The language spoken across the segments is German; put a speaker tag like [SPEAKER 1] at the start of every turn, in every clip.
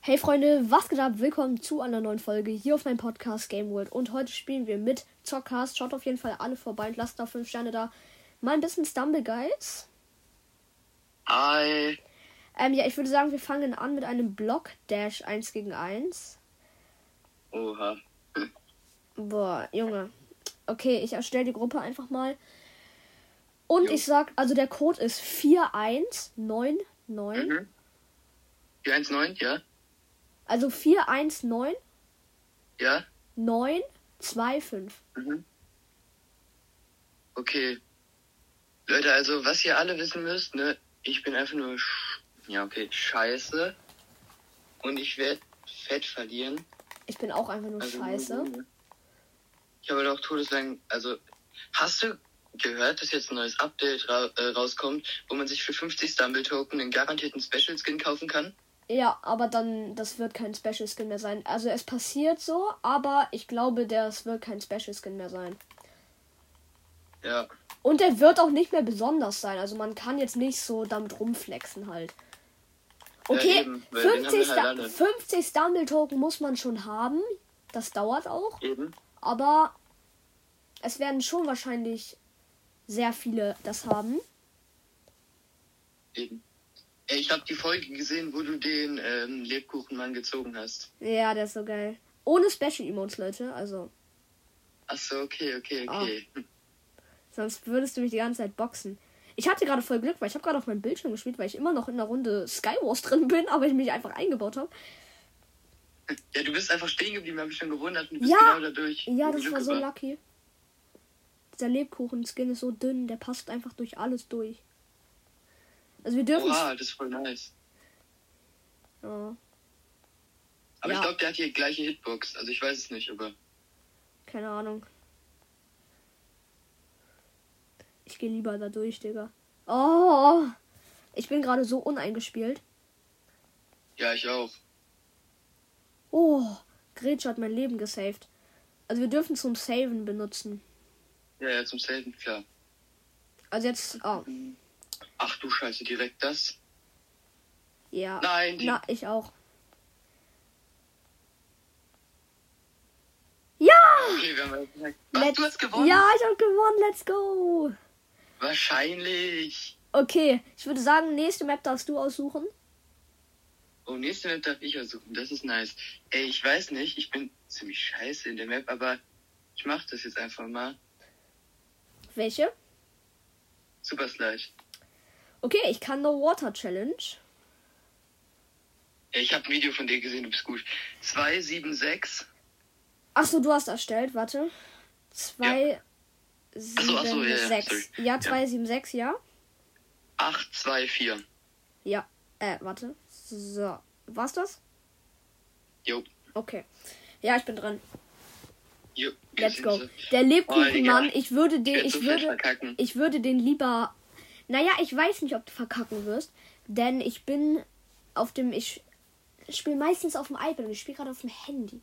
[SPEAKER 1] Hey Freunde, was geht ab? Willkommen zu einer neuen Folge hier auf meinem Podcast Game World. Und heute spielen wir mit Zockcast. Schaut auf jeden Fall alle vorbei und lasst da 5 Sterne da. Mal ein bisschen Stumble Guys.
[SPEAKER 2] Hi.
[SPEAKER 1] Ähm, ja, ich würde sagen, wir fangen an mit einem Block Dash 1 gegen 1.
[SPEAKER 2] Oha.
[SPEAKER 1] Boah, Junge. Okay, ich erstelle die Gruppe einfach mal. Und
[SPEAKER 2] Jo.
[SPEAKER 1] ich sag, also der Code ist 4199.
[SPEAKER 2] Mhm. 419, ja?
[SPEAKER 1] Also 419925.
[SPEAKER 2] Ja? Mhm. Okay. Leute, also was ihr alle wissen müsst, ne? Ich bin einfach nur sch ja okay, scheiße. Und ich werde fett verlieren.
[SPEAKER 1] Ich bin auch einfach nur
[SPEAKER 2] Also,
[SPEAKER 1] scheiße.
[SPEAKER 2] Ich habe doch Todeslang. Also, hast du gehört, dass jetzt ein neues Update ra äh, rauskommt, wo man sich für 50 Stumble Token einen garantierten Special Skin kaufen kann?
[SPEAKER 1] Ja, aber dann, das wird kein Special Skin mehr sein. Also es passiert so, aber ich glaube, das wird kein Special Skin mehr sein.
[SPEAKER 2] Ja.
[SPEAKER 1] Und der wird auch nicht mehr besonders sein. Also man kann jetzt nicht so damit rumflexen halt. Okay,
[SPEAKER 2] eben, weil den haben wir
[SPEAKER 1] 50,
[SPEAKER 2] halt
[SPEAKER 1] Sta-
[SPEAKER 2] alle.
[SPEAKER 1] 50 Stumble Token muss man schon haben. Das dauert auch.
[SPEAKER 2] Eben.
[SPEAKER 1] Aber es werden schon wahrscheinlich sehr viele das haben.
[SPEAKER 2] Eben. Ey, Ich habe die Folge gesehen, wo du den ähm, Lebkuchenmann gezogen hast.
[SPEAKER 1] Ja, der ist so geil. Ohne Special Emotes, Leute. Also,
[SPEAKER 2] Ach so, okay, okay,
[SPEAKER 1] Ah.
[SPEAKER 2] okay.
[SPEAKER 1] Sonst würdest du mich die ganze Zeit boxen. Ich hatte gerade voll Glück, weil ich habe gerade auf meinem Bildschirm gespielt, weil ich immer noch in der Runde Skywars drin bin, aber ich mich einfach eingebaut habe.
[SPEAKER 2] Ja, du bist einfach stehen geblieben, habe ich schon gewundert. Und du bist
[SPEAKER 1] Ja.
[SPEAKER 2] genau dadurch.
[SPEAKER 1] Ja,
[SPEAKER 2] Mit
[SPEAKER 1] das
[SPEAKER 2] Glück
[SPEAKER 1] war so
[SPEAKER 2] über-
[SPEAKER 1] lucky. Dieser Lebkuchen-Skin ist so dünn, der passt einfach durch alles durch. Also wir dürfen...
[SPEAKER 2] Oha, das ist voll nice.
[SPEAKER 1] Ja,
[SPEAKER 2] Aber
[SPEAKER 1] Ja.
[SPEAKER 2] ich glaube, der hat die gleiche Hitbox. Also ich weiß es nicht, aber.
[SPEAKER 1] keine Ahnung. Ich gehe lieber da durch, Digga. Oh! Ich bin gerade so uneingespielt.
[SPEAKER 2] Ja, ich auch.
[SPEAKER 1] Oh! Gretsch hat mein Leben gesaved. Also wir dürfen zum Saven benutzen.
[SPEAKER 2] Ja, ja, zum selben, klar.
[SPEAKER 1] Also jetzt... Oh.
[SPEAKER 2] Ach du Scheiße, direkt das.
[SPEAKER 1] Ja.
[SPEAKER 2] Nein, die-
[SPEAKER 1] Na, ich auch. Ja!
[SPEAKER 2] Okay, wir haben gesagt. Was,
[SPEAKER 1] Let's-
[SPEAKER 2] du hast gewonnen?
[SPEAKER 1] Ja, ich hab gewonnen. Let's go.
[SPEAKER 2] Wahrscheinlich.
[SPEAKER 1] Okay, ich würde sagen, nächste Map darfst du aussuchen.
[SPEAKER 2] Oh, nächste Map darf ich aussuchen. Das ist nice. Ey, ich weiß nicht, ich bin ziemlich scheiße in der Map, aber ich mach das jetzt einfach mal.
[SPEAKER 1] Welche?
[SPEAKER 2] Super Slide.
[SPEAKER 1] Okay, ich kann No Water Challenge.
[SPEAKER 2] Ey, Ich habe ein Video von dir gesehen, du bist gut. 276.
[SPEAKER 1] Achso, du hast erstellt, warte. 2, 7,
[SPEAKER 2] Ach so, ach so, ja, ja,
[SPEAKER 1] 6.
[SPEAKER 2] sorry.
[SPEAKER 1] Ja, 2, 7, 6, ja.
[SPEAKER 2] 824.
[SPEAKER 1] Ja. Äh, warte. So. War's das?
[SPEAKER 2] Jo.
[SPEAKER 1] Okay. Ja, ich bin dran.
[SPEAKER 2] Jo.
[SPEAKER 1] Let's go.
[SPEAKER 2] gesehen.
[SPEAKER 1] Der Lebkuchenmann,
[SPEAKER 2] Oh, Digga.
[SPEAKER 1] ich würde
[SPEAKER 2] Ich
[SPEAKER 1] den,
[SPEAKER 2] werd
[SPEAKER 1] ich
[SPEAKER 2] so fett
[SPEAKER 1] würde,
[SPEAKER 2] verkacken.
[SPEAKER 1] ich würde den lieber. Naja, ich weiß nicht, ob du verkacken wirst, denn ich bin auf dem, ich spiele meistens auf dem iPad und ich spiele gerade auf dem Handy.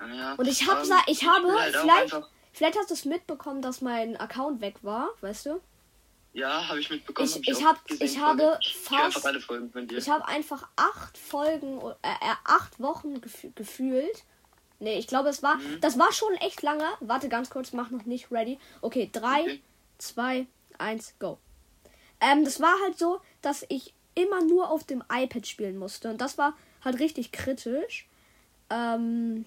[SPEAKER 2] Ja,
[SPEAKER 1] Und ich habe,
[SPEAKER 2] ähm,
[SPEAKER 1] ich habe,
[SPEAKER 2] bin halt auch
[SPEAKER 1] vielleicht,
[SPEAKER 2] einfach-
[SPEAKER 1] vielleicht hast du es mitbekommen, dass mein Account weg war, weißt du?
[SPEAKER 2] Ja, habe ich mitbekommen.
[SPEAKER 1] Ich-
[SPEAKER 2] hab
[SPEAKER 1] ich
[SPEAKER 2] auch
[SPEAKER 1] hab-
[SPEAKER 2] gesehen,
[SPEAKER 1] ich habe
[SPEAKER 2] Folge. Ich
[SPEAKER 1] fast-
[SPEAKER 2] höre einfach alle Folgen von dir.
[SPEAKER 1] Ich habe einfach acht Folgen, äh, äh, acht Wochen gef gefühlt. Nee, ich glaube, es war,
[SPEAKER 2] Mhm.
[SPEAKER 1] das war schon echt lange. Warte ganz kurz, mach noch nicht ready. Okay, drei,
[SPEAKER 2] Okay.
[SPEAKER 1] zwei, eins, go. Ähm, das war halt so, dass ich immer nur auf dem iPad spielen musste. Und das war halt richtig kritisch. Ähm,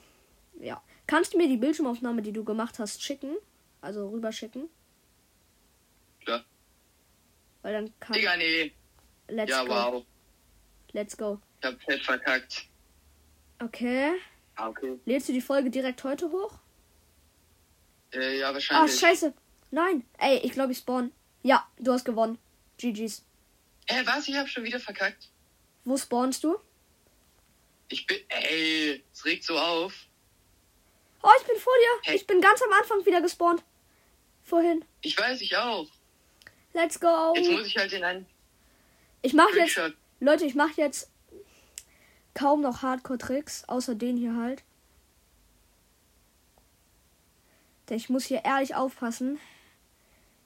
[SPEAKER 1] ja. Kannst du mir die Bildschirmaufnahme, die du gemacht hast, schicken? Also rüberschicken?
[SPEAKER 2] Klar.
[SPEAKER 1] Weil dann kann.
[SPEAKER 2] Digga, nee.
[SPEAKER 1] Let's
[SPEAKER 2] Ja,
[SPEAKER 1] go.
[SPEAKER 2] wow.
[SPEAKER 1] Let's go.
[SPEAKER 2] Ich habe fett verkackt.
[SPEAKER 1] Okay.
[SPEAKER 2] Ah, okay.
[SPEAKER 1] Lädst du die Folge direkt heute hoch?
[SPEAKER 2] Äh, ja,
[SPEAKER 1] Ah,
[SPEAKER 2] wahrscheinlich.
[SPEAKER 1] scheiße. Nein. Ey, ich glaube, ich spawn. Ja, du hast gewonnen. GG's.
[SPEAKER 2] Hä, was? Ich habe schon wieder verkackt.
[SPEAKER 1] Wo spawnst du?
[SPEAKER 2] Ich bin. Ey, es regt so auf.
[SPEAKER 1] Oh, ich bin vor dir.
[SPEAKER 2] Hey.
[SPEAKER 1] Ich bin ganz am Anfang wieder gespawnt. Vorhin.
[SPEAKER 2] Ich weiß, ich auch.
[SPEAKER 1] Let's go.
[SPEAKER 2] Jetzt muss ich halt in einen
[SPEAKER 1] Ich mache jetzt.
[SPEAKER 2] Screenshot.
[SPEAKER 1] Leute, ich mache jetzt kaum noch Hardcore-Tricks, außer den hier halt. Denn ich muss hier ehrlich aufpassen.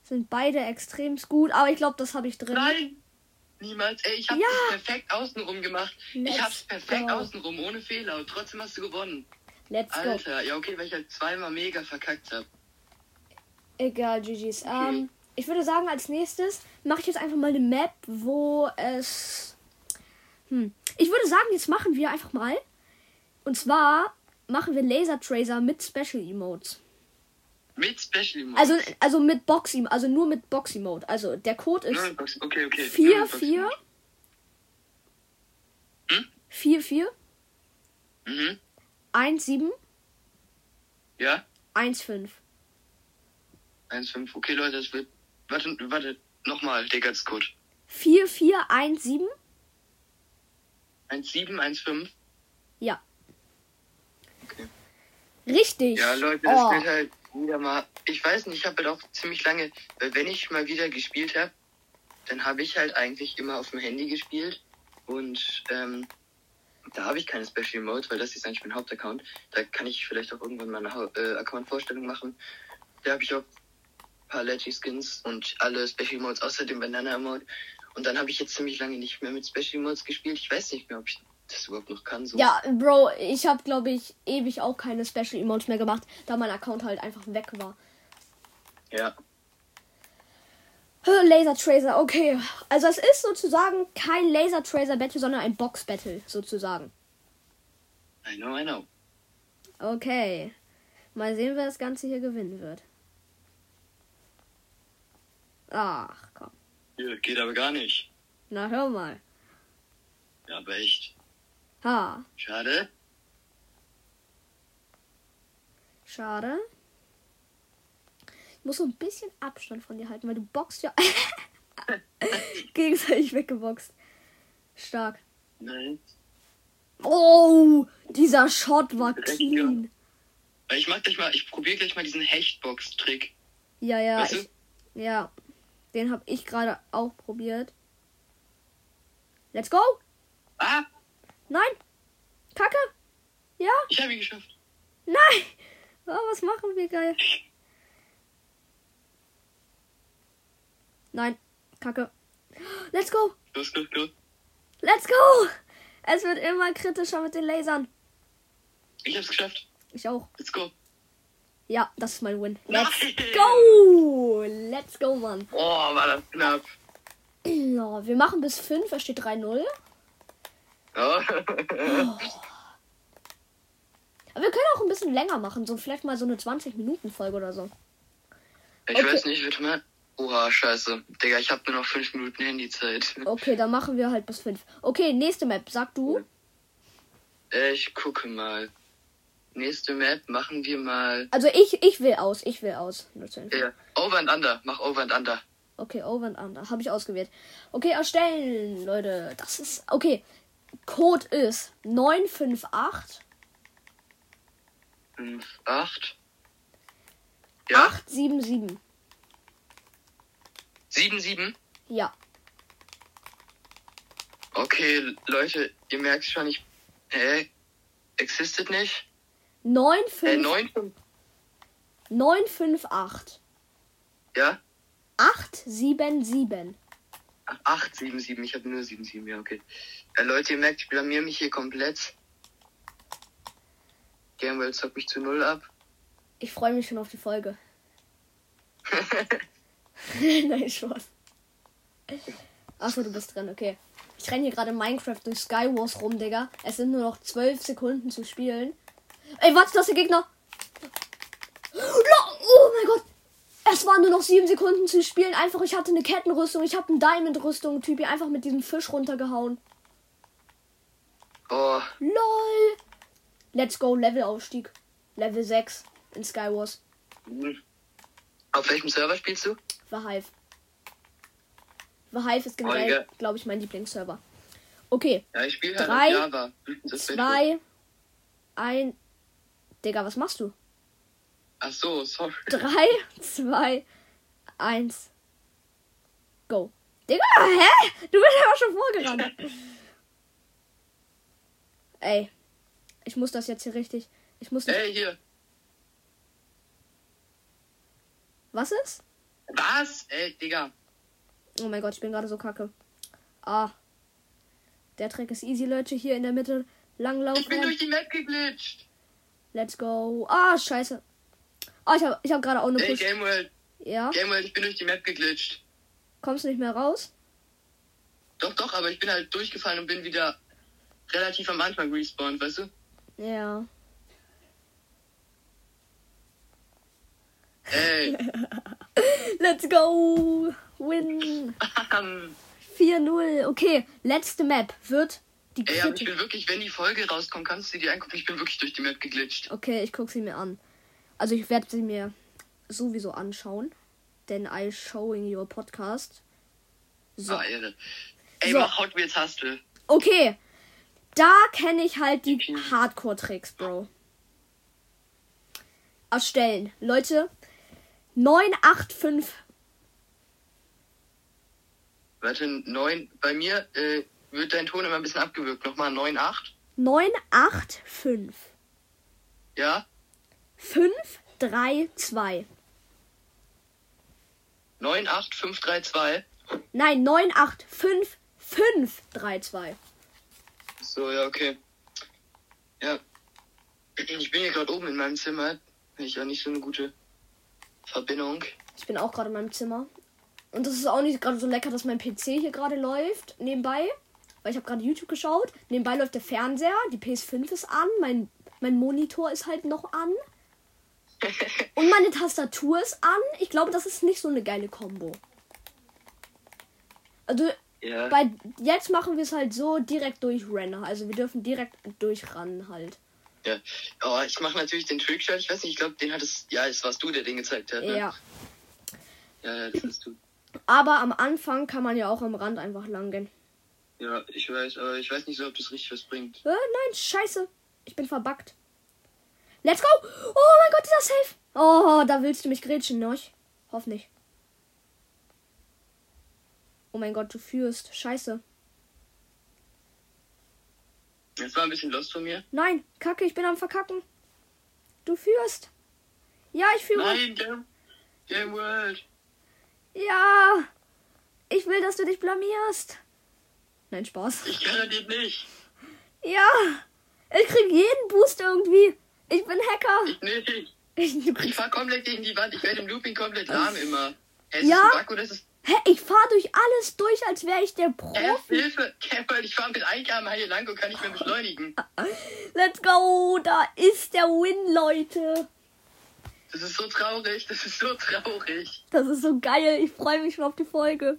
[SPEAKER 1] Sind beide extremst gut, aber ich glaube, das habe ich drin.
[SPEAKER 2] Nein! Niemals. Ey, ich hab's
[SPEAKER 1] Ja. Oh.
[SPEAKER 2] perfekt außenrum gemacht.
[SPEAKER 1] Let's
[SPEAKER 2] ich hab's perfekt
[SPEAKER 1] go.
[SPEAKER 2] außenrum, ohne Fehler. Und trotzdem hast du gewonnen.
[SPEAKER 1] Let's go.
[SPEAKER 2] Alter, ja okay, weil ich halt zweimal mega verkackt hab.
[SPEAKER 1] Egal, GG's. Ähm, ich würde sagen, als nächstes mache ich jetzt einfach mal eine Map, wo es. Hm. Ich würde sagen, jetzt machen wir einfach mal. Und zwar machen wir Laser Tracer mit Special Emotes.
[SPEAKER 2] Mit Special Emotes.
[SPEAKER 1] Also, also mit Box Emote, also nur mit Box Emote. Also der Code ist
[SPEAKER 2] Neunbox, Ne, okay, okay.
[SPEAKER 1] 4,
[SPEAKER 2] Neunbox.
[SPEAKER 1] 4.
[SPEAKER 2] Hm?
[SPEAKER 1] 4, 4,
[SPEAKER 2] Mhm.
[SPEAKER 1] 1, 7,
[SPEAKER 2] Ja,
[SPEAKER 1] 1, 5.
[SPEAKER 2] 1, 5. Okay, Leute, das wird. Warte, warte. Nochmal, Digga, das ist gut.
[SPEAKER 1] 4, 4, 1, 7.
[SPEAKER 2] 1, 7, 1, 5.
[SPEAKER 1] Ja.
[SPEAKER 2] Okay.
[SPEAKER 1] Richtig.
[SPEAKER 2] Ja, Leute, das
[SPEAKER 1] Oh.
[SPEAKER 2] wird halt wieder mal. Ich weiß nicht, ich habe halt auch ziemlich lange, weil wenn ich mal wieder gespielt habe, dann habe ich halt eigentlich immer auf dem Handy gespielt. Und ähm, da habe ich keine Special Mode, weil das ist eigentlich mein Hauptaccount. Da kann ich vielleicht auch irgendwann mal eine Hau- äh, Account-Vorstellung machen. Da habe ich auch ein paar Leggy-Skins und alle Special Modes außer dem Banana-Mode. Und dann habe ich jetzt ziemlich lange nicht mehr mit Special Modes gespielt. Ich weiß nicht mehr, ob ich das überhaupt noch kann. So.
[SPEAKER 1] Ja, Bro, ich habe, glaube ich, ewig auch keine Special Emotes mehr gemacht, da mein Account halt einfach weg war.
[SPEAKER 2] ja.
[SPEAKER 1] Hö, Laser Tracer, okay. Also es ist sozusagen kein Laser Tracer Battle, sondern ein Box Battle, sozusagen.
[SPEAKER 2] I know, I know.
[SPEAKER 1] Okay. Mal sehen, wer das Ganze hier gewinnen wird. Ach, komm.
[SPEAKER 2] Ja, geht aber gar nicht.
[SPEAKER 1] Na, hör mal.
[SPEAKER 2] Ja, aber echt.
[SPEAKER 1] Ha,
[SPEAKER 2] Schade.
[SPEAKER 1] schade. Ich muss so ein bisschen Abstand von dir halten, weil du boxst ja gegenseitig weggeboxt. Stark.
[SPEAKER 2] Nein.
[SPEAKER 1] Oh, dieser Shot war
[SPEAKER 2] Direkt,
[SPEAKER 1] clean.
[SPEAKER 2] Weil ich mach gleich mal, ich probiere gleich mal diesen Hechtbox-Trick.
[SPEAKER 1] Ja, ja,
[SPEAKER 2] Weißt du?
[SPEAKER 1] ich, ja. Den habe ich gerade auch probiert. Let's go.
[SPEAKER 2] Ah,
[SPEAKER 1] Nein. Kacke. Ja.
[SPEAKER 2] ich habe ihn geschafft.
[SPEAKER 1] Nein. Oh, was machen wir geil? Nein. Kacke. Let's go.
[SPEAKER 2] Los, los, los.
[SPEAKER 1] Let's go. Es wird immer kritischer mit den Lasern.
[SPEAKER 2] Ich hab's geschafft.
[SPEAKER 1] Ich auch.
[SPEAKER 2] Let's go.
[SPEAKER 1] Ja, das ist mein Win. Let's
[SPEAKER 2] Nein.
[SPEAKER 1] go. Let's go, Mann.
[SPEAKER 2] Oh, war das knapp.
[SPEAKER 1] Ja, wir machen bis 5, da steht 3-0.
[SPEAKER 2] Oh.
[SPEAKER 1] Aber wir können auch ein bisschen länger machen, so vielleicht mal so eine 20-Minuten-Folge oder so.
[SPEAKER 2] Ich
[SPEAKER 1] Okay.
[SPEAKER 2] weiß nicht, warte mal. Oha, scheiße. Digga, ich habe nur noch 5 Minuten Handyzeit.
[SPEAKER 1] Okay, dann machen wir halt bis 5. Okay, nächste Map, sag du.
[SPEAKER 2] Äh, ich gucke mal. Nächste Map machen wir mal.
[SPEAKER 1] Also ich, ich will aus, ich will aus. Nur zur Info.
[SPEAKER 2] Ja. Over and Under. Mach Over and Under.
[SPEAKER 1] Okay, oh, Over and Under, habe ich ausgewählt. Okay, erstellen, Leute. Das ist, okay. Code ist 958
[SPEAKER 2] 5, 8. Ja.
[SPEAKER 1] 877.
[SPEAKER 2] 7, 7.
[SPEAKER 1] Ja,
[SPEAKER 2] Okay, Leute, ihr merkt schon, ich. Hä? Existiert nicht? Äh,
[SPEAKER 1] 95,
[SPEAKER 2] 9?
[SPEAKER 1] 958
[SPEAKER 2] Ja?
[SPEAKER 1] 877.
[SPEAKER 2] 8, 7, 7. Ich habe nur 7, 7. Ja, okay. Äh, Leute, ihr merkt, ich blamier mich hier komplett. Gamewell zockt mich zu Null ab.
[SPEAKER 1] Ich freue mich schon auf die Folge. Nein, Spaß. Achso, du bist dran, okay. Ich renne hier gerade in Minecraft durch Skywars rum, Digga. Es sind nur noch 12 Sekunden zu spielen. Ey, warte, das ist der Gegner. No! Oh mein Gott. Es waren nur noch 7 Sekunden zu spielen. Einfach, ich hatte eine Kettenrüstung, ich habe eine Diamond-Rüstung. Typi einfach mit diesem Fisch runtergehauen.
[SPEAKER 2] Oh,
[SPEAKER 1] LOL. Let's go, Levelaufstieg. Level 6 in Skywars.
[SPEAKER 2] hm. Auf welchem Server spielst du?
[SPEAKER 1] The Hive. The Hive ist generell,
[SPEAKER 2] Holger.
[SPEAKER 1] glaube ich, mein Lieblingsserver. Okay,
[SPEAKER 2] Ja, ich spiele halt
[SPEAKER 1] Drei,
[SPEAKER 2] auf Java. Das ist Metro.
[SPEAKER 1] zwei, ein. Digga, was machst du?
[SPEAKER 2] Ach so, sorry.
[SPEAKER 1] Drei, zwei, eins. Go. Digga, hä? Du bist aber schon vorgerannt. Ey, ich muss das jetzt hier richtig. Ich muss. Das,
[SPEAKER 2] Ey, hier.
[SPEAKER 1] was ist?
[SPEAKER 2] Was? Ey, Digga.
[SPEAKER 1] Oh mein Gott, ich bin gerade so kacke. Ah. Der Trick ist easy, Leute. Hier in der Mitte langlaufen.
[SPEAKER 2] Ich bin durch die Map geglitscht.
[SPEAKER 1] Let's go. Ah, scheiße. Ah, ich habe ich hab gerade auch eine
[SPEAKER 2] Ey,
[SPEAKER 1] Push.
[SPEAKER 2] Game World,
[SPEAKER 1] Ja.
[SPEAKER 2] Game World, ich bin durch die Map geglitscht.
[SPEAKER 1] Kommst nicht mehr raus?
[SPEAKER 2] Doch, doch, aber ich bin halt durchgefallen und bin wieder relativ am Anfang respawned, weißt du?
[SPEAKER 1] Ja.
[SPEAKER 2] Ey,
[SPEAKER 1] Let's go. Win.
[SPEAKER 2] ähm,
[SPEAKER 1] 4-0. Okay, letzte Map wird die
[SPEAKER 2] ey, aber ich
[SPEAKER 1] Kritik.
[SPEAKER 2] bin wirklich, wenn die Folge rauskommt, kannst du dir angucken, ich bin wirklich durch die Map geglitscht.
[SPEAKER 1] Okay, ich gucke sie mir an. Also ich werde sie mir sowieso anschauen. Denn I showing your podcast. So.
[SPEAKER 2] Ah, Ehre. Ey,
[SPEAKER 1] So.
[SPEAKER 2] mach Hot Wheels Hustle.
[SPEAKER 1] Okay. Da kenne ich halt die
[SPEAKER 2] Okay.
[SPEAKER 1] Hardcore-Tricks, Bro. Erstellen. Leute, 985.
[SPEAKER 2] Warte, 9, bei mir äh, wird dein Ton immer ein bisschen abgewürgt. Nochmal 9, 8,
[SPEAKER 1] 985.
[SPEAKER 2] ja?
[SPEAKER 1] 532.
[SPEAKER 2] 9, 8, 5, 3, 2.
[SPEAKER 1] Nein, 98553.
[SPEAKER 2] So, ja, okay. Ja. Ich bin hier gerade oben in meinem Zimmer. Ich auch nicht so eine gute Verbindung.
[SPEAKER 1] Ich bin auch gerade in meinem Zimmer. Und das ist auch nicht gerade so lecker, dass mein PC hier gerade läuft. Nebenbei. Weil ich habe gerade YouTube geschaut. Nebenbei läuft der Fernseher. Die PS5 ist an. Mein, mein Monitor ist halt noch an. Und meine Tastatur ist an. Ich glaube, das ist nicht so eine geile Kombo. Also,
[SPEAKER 2] Ja.
[SPEAKER 1] bei, jetzt machen wir es halt so direkt durch Renner. Also, wir dürfen direkt durch ran halt.
[SPEAKER 2] ja. Oh, ich mache natürlich den Trickshot. Ich weiß nicht, ich glaube, den hat es. Ja, es warst du, der den gezeigt hat. Ne?
[SPEAKER 1] Ja.
[SPEAKER 2] ja. Ja, das warst du.
[SPEAKER 1] Aber am Anfang kann man ja auch am Rand einfach lang gehen.
[SPEAKER 2] Ja, ich weiß, aber ich weiß nicht so, ob das richtig was bringt.
[SPEAKER 1] Äh, nein, scheiße. Ich bin verbuggt. Let's go. Oh mein Gott, dieser Safe. Oh, da willst du mich grätschen, ne? Ich hoff nicht. Oh mein Gott, du führst. Scheiße.
[SPEAKER 2] Das war ein bisschen lost von mir.
[SPEAKER 1] Nein, kacke, ich bin am Verkacken. Du führst. Ja, ich führe.
[SPEAKER 2] Nein, Game, Game World.
[SPEAKER 1] Ja. Ich will, dass du dich blamierst. Nein, Spaß.
[SPEAKER 2] Ich kann das nicht.
[SPEAKER 1] Ja. Ich krieg jeden Boost irgendwie. Ich bin Hacker.
[SPEAKER 2] Ich nicht.
[SPEAKER 1] Ich, du
[SPEAKER 2] Ich
[SPEAKER 1] kriegst
[SPEAKER 2] fahr komplett gegen die Wand. Ich werde im Looping komplett lahm immer. Hey, ist
[SPEAKER 1] Ja?
[SPEAKER 2] das ein Bug oder ist es
[SPEAKER 1] Hä, ich fahre durch alles durch, als wäre ich der
[SPEAKER 2] Äh,
[SPEAKER 1] Profi.
[SPEAKER 2] Hilfe, Campbell, ich fahre mit 1 km/h hier lang und kann nicht mehr beschleunigen.
[SPEAKER 1] Let's go, da ist der Win, Leute.
[SPEAKER 2] Das ist so traurig, das ist so traurig.
[SPEAKER 1] Das ist so geil, ich freue mich schon auf die Folge.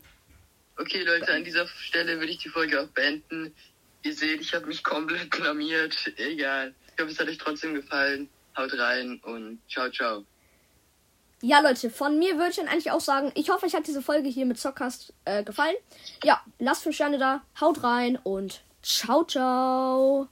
[SPEAKER 2] Okay, Leute, an dieser Stelle würde ich die Folge auch beenden. Ihr seht, ich habe mich komplett blamiert. Egal. Ich hoffe, es hat euch trotzdem gefallen. Haut rein und ciao, ciao.
[SPEAKER 1] Ja, Leute, von mir würde ich dann eigentlich auch sagen, ich hoffe, euch hat diese Folge hier mit Zockcast äh, gefallen. Ja, lasst fünf Sterne da, haut rein und ciao, ciao.